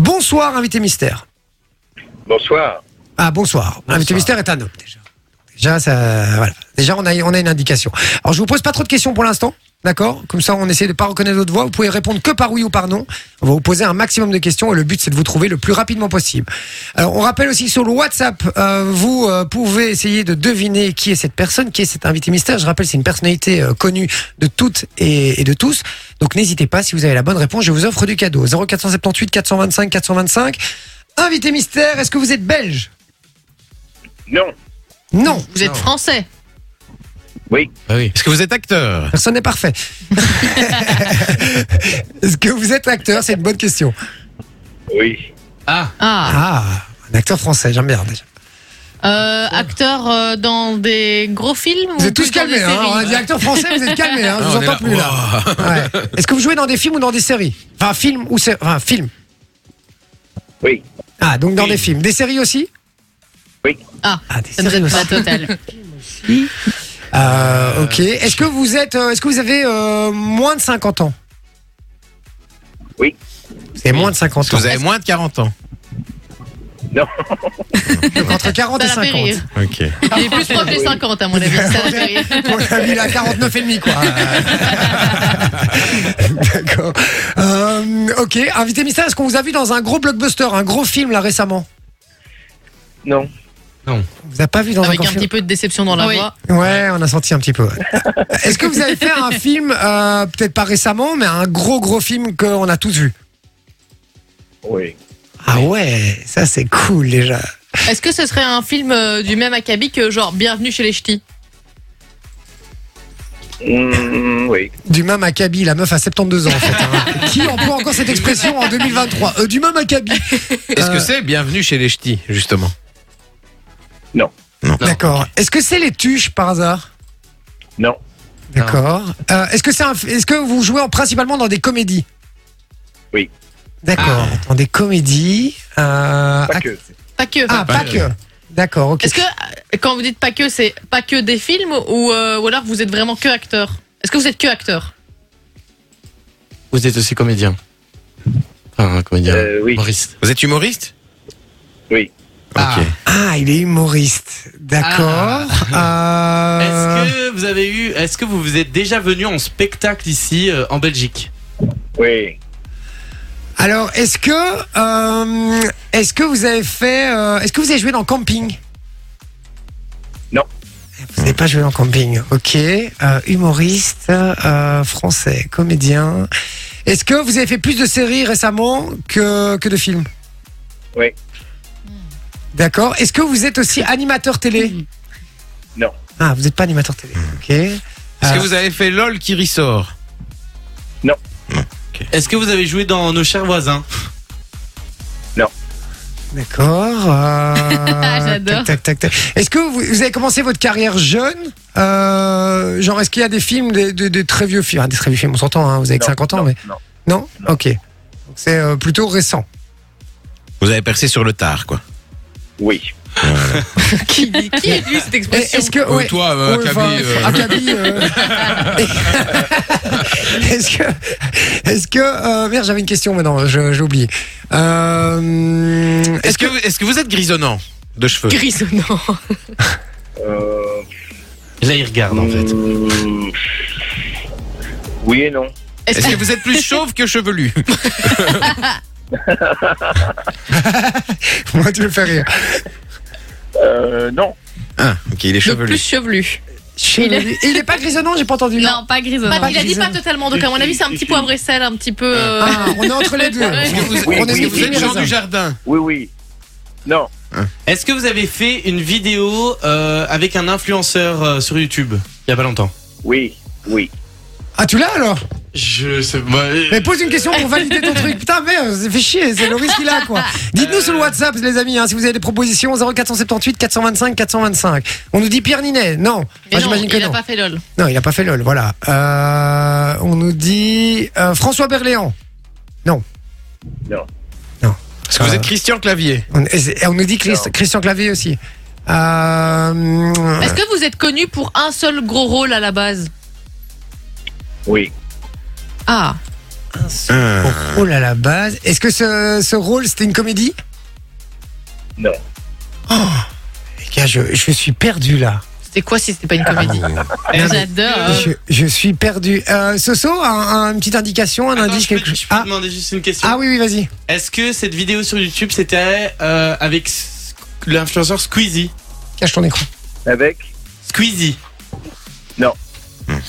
Bonsoir, invité mystère. Bonsoir. Ah, bonsoir. Invité mystère est un homme, déjà. Déjà, ça, voilà. déjà on, a, on a une indication. Alors, je vous pose pas trop de questions pour l'instant. D'accord Comme ça, on essaie de pas reconnaître votre voix. Vous pouvez répondre que par oui ou par non. On va vous poser un maximum de questions et le but, c'est de vous trouver le plus rapidement possible. Alors, on rappelle aussi sur le WhatsApp, euh, vous euh, pouvez essayer de deviner qui est cette personne, qui est cet invité mystère. Je rappelle, c'est une personnalité euh, connue de toutes et, et de tous. Donc, n'hésitez pas, si vous avez la bonne réponse, je vous offre du cadeau. 0478 425 425. Invité mystère, est-ce que vous êtes belge Non. Non, Vous êtes français. Oui. Est-ce que vous êtes acteur personne n'est parfait. est-ce que vous êtes acteur C'est une bonne question. Oui. Ah, Ah. Ah, un acteur français, j'aime bien déjà. Euh, acteur euh, dans des gros films Ah. Vous ou êtes tous plus dans des calmés, hein séries On a dit acteur français, vous êtes calmés, hein Je vous Ah, on est entends là. plus là. Ouais. Est-ce que vous jouez dans des films ou dans des séries Enfin, film ou sé- enfin, film. Oui. Ah, donc dans Film. des films. Des séries aussi Ah, Ah, des ça ne séries vous aussi. pas total. Euh, ok. Est-ce que vous êtes, euh, est-ce que vous avez euh, moins de 50 ans Oui. C'est moins de 50 ans. vous avez moins de 40 ans. Non. Donc, entre 40 et Ça l'a fait 50. rire. Ok. Il est plus proche des 50 à mon avis. Ça l'a fait rire. On l'a mis à 49 et demi, quoi. D'accord. Euh, ok. Invité mystère, est-ce qu'on vous a vu dans un gros blockbuster, un gros film là récemment Non. On vous a pas vu dans Avec un un gros film petit peu de déception dans la Oui. voix. Ouais, on a senti un petit peu. ouais. Est-ce que vous avez fait un film, euh, peut-être pas récemment, mais un gros gros film qu'on a tous vu Oui. Ah ouais, ça c'est cool déjà. Est-ce que ce serait un film euh, du même acabit que genre Bienvenue chez les Ch'tis Mm, oui. Du même acabit, la meuf a 72 ans en fait. hein. Qui emploie encore cette expression en 2023 Euh, Du même acabit. Est-ce Euh, que c'est bienvenue chez les ch'tis, justement D'accord. Est-ce que c'est les tuches par hasard Non. D'accord. Euh, Est-ce que c'est un f- est-ce que vous jouez en- principalement dans des comédies Oui. Ah. D'accord. Dans des comédies. euh, Pas ac- que. Pas que. Ah, pas Pas que. D'accord. Ok. Est-ce que euh, quand vous dites pas que, c'est pas que des films ou, euh, ou alors vous êtes vraiment que acteur Est-ce que vous êtes que acteur Vous êtes aussi comédien. Enfin, un comédien. Euh, oui. Humoriste. Vous êtes humoriste Oui. Ok. Ah, il est humoriste. D'accord. Euh, Ah. Est-ce que vous avez eu, est-ce que vous vous êtes déjà venu en spectacle ici euh, en Belgique Oui. Alors, est-ce que euh, est-ce que vous avez fait euh, est-ce que vous avez joué dans camping Non. Vous n'avez pas joué dans camping. Ok. Euh, humoriste euh, français, comédien. Est-ce que vous avez fait plus de séries récemment que que de films Oui. D'accord. Est-ce que vous êtes aussi animateur télé Non. Ah, vous n'êtes pas animateur télé. Ok. Est-ce que Euh, vous avez fait LOL qui ressort Est-ce que vous avez joué dans Nos chers voisins D'accord. euh, J'adore. tac, tac, tac, tac. Est-ce que vous, vous avez commencé votre carrière jeune Euh, Genre, est-ce qu'il y a des films, des, des- des très vieux films Ah, Des très vieux films, on s'entend, hein, vous avez que Non, 50 ans, non, mais. Non. Non, Non. Ok. Donc, C'est euh, plutôt récent. Vous avez percé sur le tard, quoi. Oui. Qui dit qui est lui cette Et expression Est-ce que. ouais, toi, euh, ouais, enfin, Akabi, euh, Est-ce que. Est-ce que. euh, merde, j'avais une question maintenant, je- j'ai oublié. Euh, Est-ce que, est que vous êtes grisonnant de cheveux Grisonnant. Euh, Là, il regarde en fait. mm, oui et non. Est-ce Est-ce que- que vous êtes plus chauve que chevelu Moi, tu me fais rire. Euh, non. Ah, ok, il est Donc chevelu. plus chevelu. Il est, pas grisonnant, j'ai pas entendu. Non, pas grisonnant. Pas- il a dit grisonnant. pas totalement, donc à mon avis c'est un petit poivre et sel, un petit peu. euh, Ah, on est entre les deux. Est-ce que Vous- Oui, on est Est-ce des oui, que vous êtes films Jean raisins. du Jardin Oui, oui. Non. Est-ce que vous avez fait une vidéo euh, avec un influenceur euh, sur YouTube il y a pas longtemps Oui. Oui. Ah, tu l'as alors Je sais euh, Mais pose une question pour valider ton truc. Putain, merde, ça fait chier, c'est le risque qu'il a, quoi. Dites-nous sur le WhatsApp, les amis, hein, si vous avez des propositions, 0478 425 425. On nous dit Pierre Ninet, non. Enfin, mais non, Ah, J'imagine que il a non. pas fait lol. Non, il a pas fait LOL, voilà. Euh, on nous dit euh, François Berléand. Est-ce que Ah. vous êtes Christian Clavier Euh, On, et c'est- et on nous dit Christ- Non. Christian Clavier aussi. Euh, Est-ce que vous êtes connu pour un seul gros rôle à la base Oui. Ah. Ah. Bon rôle à la base. Est-ce que ce, ce rôle, c'était une comédie Non. Oh, les gars, je, je suis perdu là. C'était quoi si c'était pas une comédie Ah, Ah, mais- J'adore. Ah. Je, je suis perdu. Euh, Soso, un, un- une petite indication, un Attends, indice, je peux, quelque chose. je peux Ah, demander juste une question. ah oui, oui, vas-y. Est-ce que cette vidéo sur YouTube c'était euh, avec s- l'influenceur Squeezie Cache ton écran. Avec Squeezie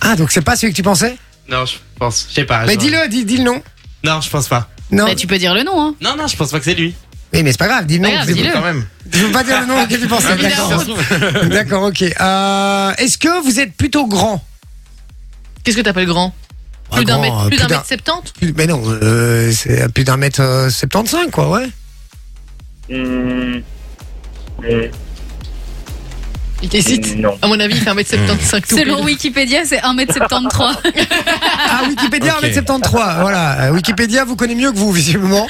Ah, donc c'est pas celui que tu pensais Non, je pense. Je sais pas. Mais genre- dis-le, dis, dis le nom. Non, je pense pas. Non. Ah, Bah, tu peux dire le nom, hein. Non, non, je pense pas que c'est lui. Oui, mais c'est pas grave, dis le nom. Pas grave, c'est- dis-le. Quand même. Je veux pas dire le nom auquel tu pensais. Ah, mais D'accord, ça se trouve- D'accord, ok. Euh, Est-ce que vous êtes plutôt grand Qu'est-ce que t'appelles grand Plus Ah, d'un grand, mètre, euh, plus plus d'un d'un- mètre septante Plus- Mais non, euh, c'est à plus d'un mètre euh, 75, quoi, ouais. Hmm, hmm, Il hésite. Non. À mon avis, il fait un mètre Hmm. 75 tout Selon pile. Wikipédia, c'est 1m73. Ah, Wikipédia, Ok. 1m73, voilà. Euh, Wikipédia vous connaît mieux que vous, visiblement.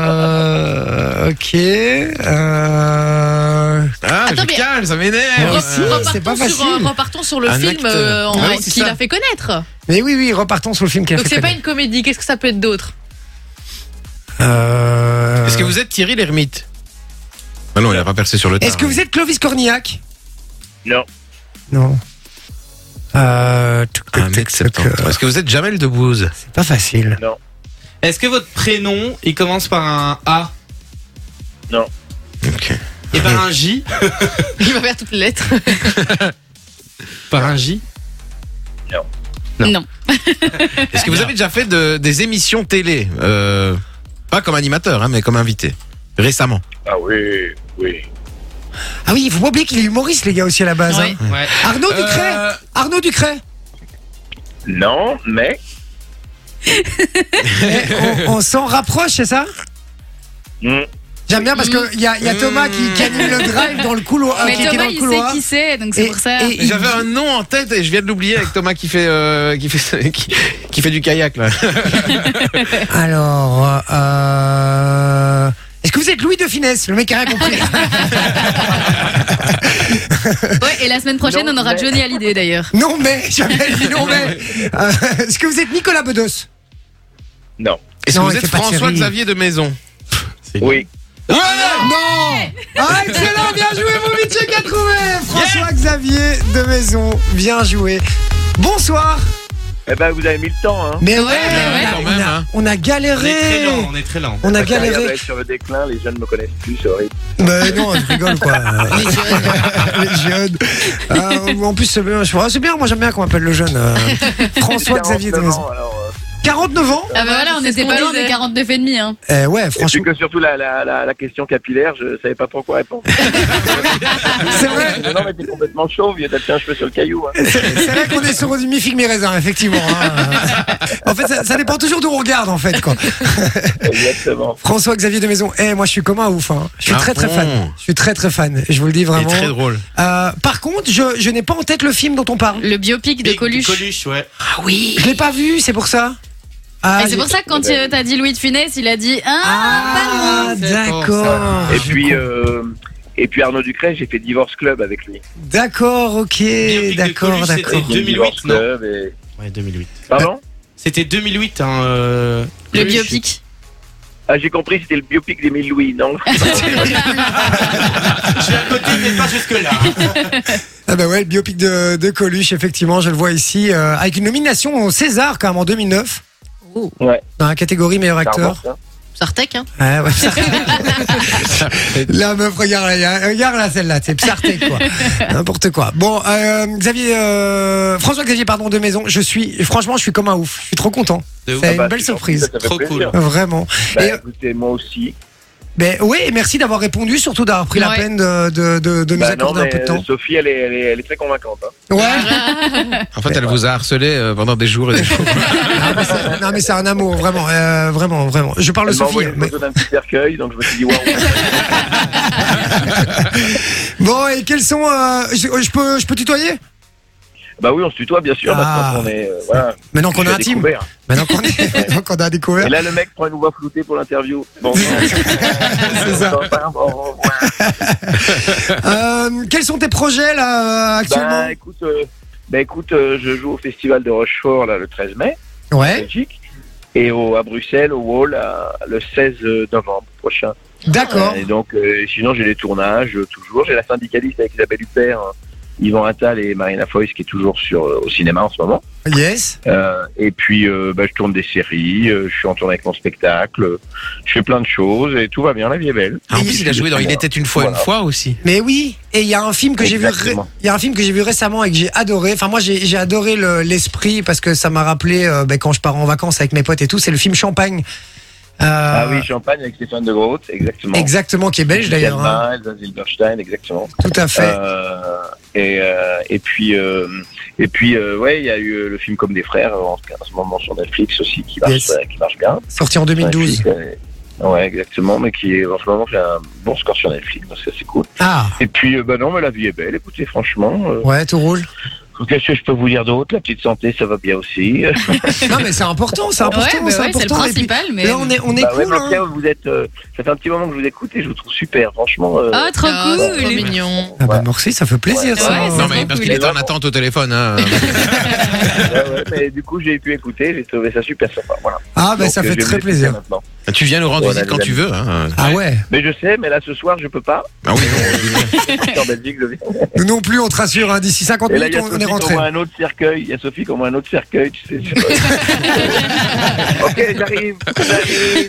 Euh, ok. Euh... Ah, je Attends, mais- cale, ça Ouais, m'énerve. aussi. Euh, c'est pas Repartons sur, facile. euh, repartons sur le Un film acteur. euh, en- Ah oui, c'est qui ça. l'a fait connaître. Mais oui, oui, repartons sur le film qui a Donc fait c'est pas connaître. une comédie, qu'est-ce que ça peut être d'autre Euh, Est-ce que vous êtes Thierry l'ermite Ah non, il a pas percé sur le Est-ce que vous êtes Clovis Cornillac Non. Non. Euh... tuc, tuc, un mec tuc, tuc, euh, 70. Est-ce que vous êtes Jamel Debbouze C'est pas facile. Est-ce que votre prénom il commence par un A Ok. et par un J Il va faire toutes les lettres. Par un J non. Est-ce que vous avez déjà fait de- des émissions télé euh, Pas comme animateur, hein, mais comme invité. Récemment. Ah oui, oui. Ah oui, il faut pas oublier qu'il est humoriste, les gars, aussi, à la base. Ouais. hein. Ouais. Arnaud Ducret Euh, Arnaud Ducret Non, mais Eh, on, on s'en rapproche, c'est ça Mm. hmm, J'aime bien parce qu'il y a, y a Thomas qui, qui anime le drive dans le couloir. Mm. euh, Mais qui, est Thomas, dans le il couloir. sait qui c'est, donc c'est Et- pour ça. et- J'avais un nom en tête et je viens de l'oublier avec Thomas qui fait, euh, qui, fait qui, qui fait du kayak là. Alors, euh, est-ce que vous êtes Louis de Finesse Le mec a rien compris. Ouais, et la semaine prochaine, Non, on aura mais- Johnny Hallyday d'ailleurs. non mais, j'avais dit non mais. Euh, est-ce que vous êtes Nicolas Bedos non. Est-ce que Non, vous il êtes fait pas de série. François-Xavier de Maison Oui. Non Ah, excellent, bien joué, mon métier qu'a trouvé François-Xavier de Maison, bien joué. Bonsoir Eh ben, vous avez mis le temps, hein. Mais ouais, ouais, on, a, quand même, on a- hein. on a On est très galéré lent, on est très lent. On a Ma carrière va galéré. être sur le déclin, les jeunes me connaissent plus, c'est horrible. Mais Bah non, je rigole quoi. Les jeunes. Euh, en plus, c'est bien, je- ah, c'est bien, moi j'aime bien qu'on m'appelle le jeune. euh, François-Xavier de 49 Maison. ans, alors, euh, 49 ans Ah bah voilà, on c'est ce était qu'on pas loin disait. des 49 et demi, hein. Eh Ouais, Et puis franchement, que surtout la, la, la, la question capillaire, je savais pas trop quoi répondre. c'est vrai. non, mais t'es complètement chauve, il y a peut-être un cheveu sur le caillou. Hein. C'est c'est vrai qu'on est sur du mi-figue mi-raisin, effectivement. hein. En fait, ça, ça dépend toujours d'où on regarde, en fait. Quoi. Exactement. François-Xavier de Maison, eh, moi je suis comme un ouf. hein. Je suis Ah très très bon fan. Je suis très très fan. Je vous le dis Il est vraiment. très drôle. Euh, par contre, je, je n'ai pas en tête le film dont on parle. Le biopic de Big Coluche. Coluche, ouais. Ah oui. Je l'ai pas vu, c'est pour ça. Ah, Et c'est j'ai- pour ça que quand euh, t'as dit Louis de Funès, il a dit Ah, pas loin. Ah, c'est pour d'accord. Et puis, euh, et puis Arnaud Ducret, j'ai fait Divorce Club avec lui. D'accord, ok, Biopic de d'accord, Coluche, d'accord. c'était- 2008, Divorce non Club et... Ouais, 2008. Pardon C'était 2008, hein. euh, Le Coluche. biopic. Ah, j'ai compris, c'était le biopic d'Émile Louis, non Ah, Je suis à côté, mais pas jusque-là. Ah bah ouais, le biopic de, de Coluche, effectivement, je le vois ici, euh, avec une nomination au César quand même en 2009. Ouais. Dans la catégorie meilleur Ça acteur. remonte, hein. Sartek, hein Ouais, ouais, Psartek. la meuf, regarde, regarde, regarde là, celle-là, c'est Psartek, quoi. N'importe quoi. Bon, euh, Xavier, euh, François-Xavier, pardon, de maison, je suis, franchement, je suis comme un ouf, je suis trop content. De ouf. C'est Ah bah, une belle c'est gentil, surprise. ça, ça fait Trop plaisir. Vraiment. Bah, Et- écoutez, moi aussi. Ben oui, et merci d'avoir répondu, surtout d'avoir pris la Ouais. peine de, de, de, de nous Bah, non, accorder un mais peu de temps. Oh, Sophie, elle est, elle est, elle est très convaincante. hein. Ouais. En fait, elle vous a harcelé euh, pendant des jours et des jours. Ah, mais c'est- non mais c'est un amour, vraiment, euh, vraiment, vraiment. Je parle de Elle m'a Sophie. envoyé une mais- photo d'un petit cercueil, donc je me suis dit, waouh. Bon, et quels sont... euh, je, je peux, je peux tutoyer bah oui, on se tutoie, bien sûr, Ah. maintenant qu'on est. euh, voilà, Maintenant qu'on est je suis à intime. découvert. Maintenant qu'on est- maintenant qu'on a découvert. Et là, le mec prend une voix floutée pour l'interview. Bon, c'est ça. Bah, Euh, quels sont tes projets là euh, actuellement Bah écoute, euh, bah, écoute euh, je joue au festival de Rochefort là, le 13 mai, en Ouais. Belgique. et au, à Bruxelles, au Wall, à- le 16 novembre prochain. D'accord. Et donc, euh, sinon, j'ai les tournages, euh, toujours. J'ai la syndicaliste avec Isabelle Huppert, hein, Yvan Attal et Marina Foïs, qui est toujours sur, euh, au cinéma en ce moment. Yes. Euh, et puis, euh, bah, je tourne des séries, euh, je suis en tournée avec mon spectacle, euh, je fais plein de choses et tout va bien, la vie est belle. Ah, en plus, il a joué dans Il était une fois, Voilà. une fois aussi. Mais oui, et il y a un film que j'ai vu, ré- Exactement. il y a un film que j'ai vu récemment et que j'ai adoré. Enfin, moi, j'ai j'ai adoré le- l'esprit parce que ça m'a rappelé euh, ben, quand je pars en vacances avec mes potes et tout. C'est le film Champagne. Euh, Ah oui, Champagne avec Stéphane de Groot, exactement. exactement, qui est belge d'ailleurs. hein. Galvin, Elsa Zilberstein, exactement. Tout à fait. Euh, et, euh, et puis, euh, et puis euh, ouais, il y a eu le film Comme des frères, en, en ce moment sur Netflix aussi, qui marche, Yes. euh, qui marche bien. Sorti en 2012. Netflix, euh, ouais, exactement, mais qui est en ce moment fait un bon score sur Netflix, donc ça c'est cool. Ah. Et puis, euh, bah non, mais la vie est belle, écoutez, franchement. euh, Ouais, tout roule. Qu'est-ce que je peux vous dire d'autre La petite santé, ça va bien aussi. Non, mais c'est important, c'est Ouais, important, bah c'est ouais, c'est le important. Et puis, principal, mais. là, on est, on est Bah ouais, cool. mais en tout hein. cas, vous êtes. euh, ça fait un petit moment que je vous écoute et je vous trouve super, franchement. euh, Oh, trop Ah, c'est trop cool! Oh, mignon. Ah bah merci, ça fait plaisir Ouais, ça. ouais, Non, c'est mais trop parce cool. qu'il était en attente au téléphone. hein. ouais, ouais, mais du coup, j'ai pu écouter, j'ai trouvé ça super sympa. Voilà. ah bah Donc, ça euh, je fait vais vous très laisser plaisir. maintenant. tu viens nous rendre Voilà, visite quand les tu veux. hein. Ah ouais. Mais je sais, mais là ce soir, je peux pas. Ah oui, non, Je suis en Belgique, je vais. Nous non plus, on te rassure, hein, d'ici 50 Et là, minutes, il y a on Sophie est qui rentré. envoie un autre cercueil. Il y a Sophie qui envoie un autre cercueil, tu sais. je sais pas. ok, j'arrive. j'arrive.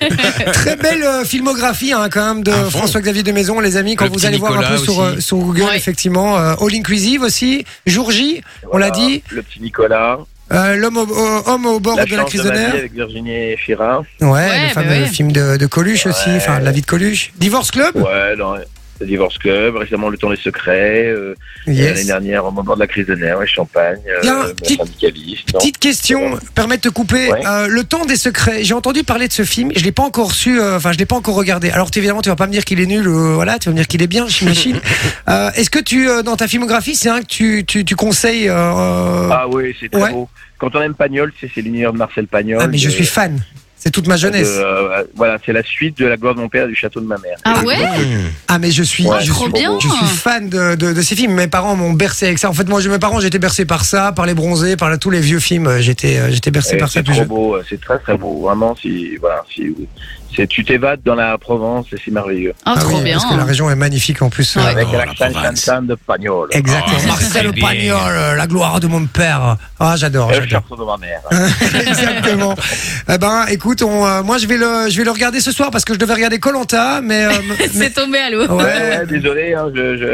Très belle euh, filmographie hein, quand même de À fond. François-Xavier de Maison, les amis, quand Ah Le vous petit allez voir un Nicolas peu sur, aussi. euh, sur Google, Ouais. effectivement. euh, All Inclusive aussi, Jour J, on Voilà, l'a dit, Le petit Nicolas. euh, L'homme au, au- homme au bord La de la chance crise de de ma vie nerfs. avec Virginie Fira. Ouais, Ouais, le bah fameux ouais. film de, de Coluche aussi, Ouais. enfin la vie de Coluche. Divorce Club Ouais, dans le Divorce Club. Récemment, Le Temps des Secrets. euh, L'année Yes. dernière, au moment de la crise de nerfs, ouais, Champagne. euh, Bien, la petite- syndicaliste. non. Petite question, permet de te couper. Ouais. euh, le temps des secrets. J'ai entendu parler de ce film. Je l'ai pas encore su. euh, Enfin, je l'ai pas encore regardé. Alors, tu- évidemment, tu vas pas me dire qu'il est nul. euh, voilà, tu vas me dire qu'il est bien. J'imagine. euh, Est-ce que tu, euh, dans ta filmographie, c'est un que tu, tu, tu conseilles euh, ah, Ah oui, c'est très Ouais. beau. Quand on aime Pagnol, c'est c'est l'univers de Marcel Pagnol. Ah, mais je de- suis fan. C'est toute ma de- jeunesse. euh, voilà, c'est la suite de La gloire de mon père et du château de ma mère. Ah Et ouais? Ah, mais je suis, Ouais, je, trop suis bien. je suis fan de, de, de ces films. Mes parents m'ont bercé avec ça. En fait, moi, je- mes parents, j'étais bercé par ça, par les bronzés, par la- tous les vieux films. euh, J'étais, euh, j'étais bercé Et par ça. C'est plus trop jeune. beau, euh, c'est très très beau. Vraiment, si voilà, si vous- c'est- tu t'évades dans la Provence, et c'est merveilleux. Oh, Ah trop oui, bien! Parce que la région est magnifique en plus. euh, Avec Oh, la l'accent Provence. cantan de Pagnol. Exactement. Oh, Marcel c'est bien. Pagnol, euh, la gloire de mon père. Ah, j'adore, Et le j'adore. château de ma mère. Exactement. Eh ben, écoute, on, euh, moi je vais le, je vais le regarder ce soir parce que je devais regarder Colanta, mais, euh, m- mais- C'est tombé à l'eau! ouais. ouais, désolé, hein, je, je...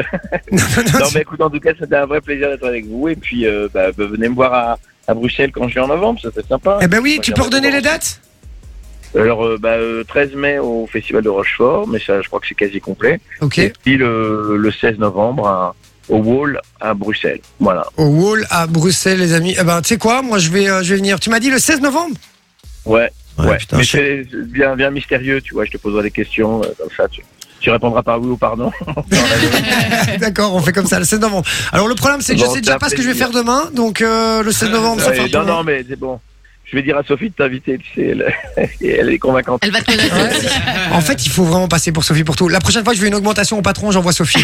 Non, non, Non, mais écoute, en tout cas, c'était un vrai plaisir d'être avec vous. Et puis, euh, bah, bah, venez me voir à, à Bruxelles quand je suis en novembre, ça c'est sympa. tu- eh ben oui, tu peux redonner les dates Alors, euh, bah, euh, 13 mai au Festival de Rochefort, mais ça, je crois que c'est quasi complet. Ok. Et puis le, le 16 novembre à- au Wall à Bruxelles. Voilà. Au Wall à Bruxelles, les amis. Eh ben, tu sais quoi Moi, je vais, euh, je vais venir. Tu m'as dit le 16 novembre Ouais, ouais. putain, Mais je- c'est bien, bien mystérieux, tu vois. Je te poserai des questions euh, comme ça. Tu, tu répondras par oui ou par non. D'accord, on fait comme ça, le 16 novembre. Alors, le problème, c'est que je Bon, sais déjà t'as pas ce que je vais plaisir. faire demain, donc euh, le 16 novembre, ça Ouais, fait un peu non, loin. non, mais c'est bon. Je vais dire à Sophie de t'inviter, tu sais, elle, elle est convaincante. Elle va te menacer. Ah Ouais. En fait, il faut vraiment passer pour Sophie pour tout. La prochaine fois, je veux une augmentation au patron, j'envoie Sophie.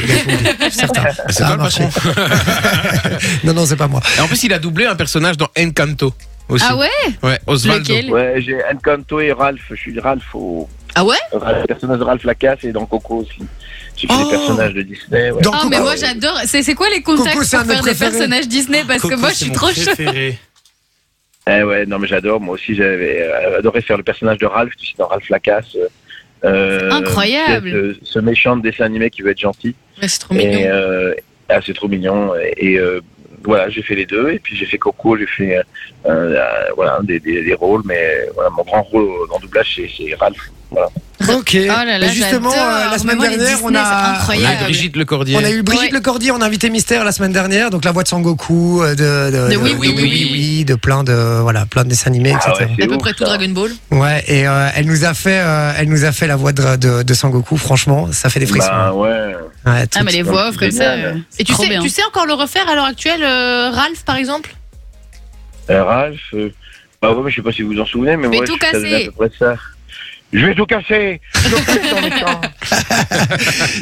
C'est Certain. Ah, c'est Ça toi a le marché. patron. Non, non, c'est pas moi. Et en plus, il a doublé un personnage dans Encanto aussi. Ah ouais? Ouais, Osvaldo. Lequel? Ouais, j'ai Encanto et Ralph. Je suis Ralph au. Ah ouais Ralph- Le personnage de Ralph Lacasse et dans Coco aussi. J'ai fait Oh. des personnages de Disney. ouais. Dans Oh, Coco- mais moi j'adore! C'est c'est quoi les contacts Coco, pour c'est un faire de mes des préférés. personnages Disney? Parce que Coco, moi je c'est suis mon trop chaud! préféré. Eh ouais, non mais j'adore. Moi aussi, j'avais euh, adoré faire le personnage de Ralph. Tu sais, dans Ralph Lacasse. euh, euh, incroyable. Ce, ce méchant de dessin animé qui veut être gentil. Oh, Mais C'est trop mignon. Et, euh, ah, c'est trop mignon. Et, euh, voilà, j'ai fait les deux. Et puis j'ai fait Coco, j'ai fait euh, euh, voilà, des, des, des rôles. Mais voilà, mon grand rôle en doublage, c'est- c'est Ralph. Ok. là oh là, Mais justement, j'adore. euh, la Mais semaine moi, les dernière, on Disney, c'est a. On a eu incroyable. Brigitte Lecordier. On a eu Brigitte Ouais. Lecordier en invité mystère la semaine dernière, donc la voix de Sangoku, euh, de, De Oui, oui, oui, oui. de plein de voilà, plein de dessins animés, etc. Ah ouais, c'est à peu ouf, près tout ça. Dragon Ball. Ouais, et euh, elle nous a fait, euh, elle nous a fait la voix de, de, de Sangoku. Franchement, ça fait des frissons. Bah, ouais. Ouais, tout- Ah, mais les voix off comme ça! Génial. euh, Et tu trop sais, bien. tu sais encore le refaire à l'heure actuelle, euh, Ralph par exemple Euh, Ralph. euh, bah ouais, mais je sais pas si vous vous en souvenez, mais, Mais moi, tout je- ça cassé. donnait à peu près ça. Je vais tout casser. Je pète ton écran.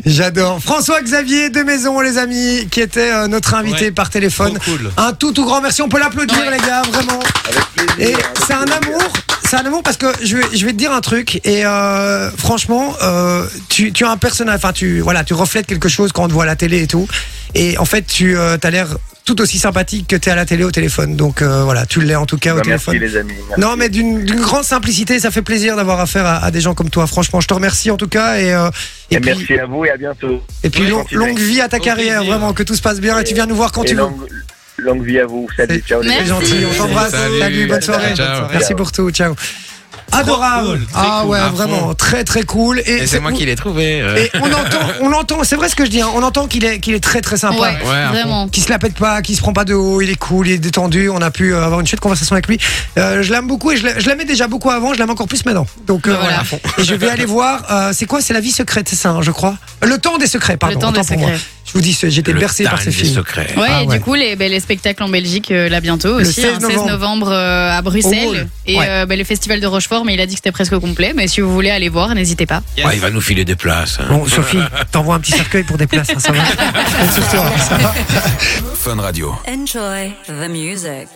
J'adore. François-Xavier de Maison, les amis, qui était euh, notre invité Ouais. par téléphone. Trop cool. Un tout, tout grand merci. On peut l'applaudir, les gars, vraiment. Avec plaisir. Et avec c'est un plaisir. amour. C'est un amour parce que je vais, je vais te dire un truc et euh, franchement, euh, tu, tu as un personnage, enfin tu voilà, tu reflètes quelque chose quand on te voit à la télé et tout. Et en fait, tu as l'air tout aussi sympathique que t'es à la télé au téléphone. Donc euh, voilà, tu l'es en tout cas Bah, au téléphone. merci les amis. merci. Non, mais d'une d'une grande simplicité, ça fait plaisir d'avoir affaire à, à des gens comme toi. Franchement, je te remercie en tout cas. Et, euh, et, Et puis, Eh, merci à vous et à bientôt. et puis Oui, long- continuez. longue vie à ta Au carrière, plaisir. vraiment, que tout se passe bien. Et, tu viens nous voir quand et tu veux. longue, longue vie à vous. Salut, ciao les C'est Merci. amis. gentil, on t'embrasse. Salut, Salut. bonne soirée. Ciao. Merci Ciao. pour tout, ciao. Adorable. cool, très ah cool, ouais, à vraiment, fond. très très cool. Et c'est moi qui l'ai trouvé. euh. Et on entend, on l'entend, c'est vrai ce que je dis, hein, on entend qu'il est, qu'il est très très sympa. Ouais, Ouais, à vraiment. qui se la pète pas, qui se prend pas de haut, il est cool, il est détendu. On a pu euh, avoir une chouette conversation avec lui. Euh, je l'aime beaucoup et je l'a- je l'aimais déjà beaucoup avant, je l'aime encore plus maintenant. Donc euh, Voilà. voilà. Et je vais aller voir. euh, c'est quoi C'est la vie secrète, c'est ça, hein, je crois. Le temps des secrets, pardon. le temps des autant pour moi. secrets. Je vous dis, ce- j'étais Le bercé par ce dingue des film. secrets. Ouais, Ah et ouais. du coup, les, ben, les spectacles en Belgique, euh, là bientôt Le aussi, 16 hein, 16 novembre. novembre euh, à Au Bruxelles. Hall. Et Ouais. euh, ben, le festival de Rochefort, mais il a dit que c'était presque complet. Mais si vous voulez aller voir, n'hésitez pas. Yes. Ouais, il va nous filer des places. hein. Bon, Sophie, t'envoies un petit cercueil pour des places, hein, ça va. Je compte sur toi, ça va. Enjoy the music.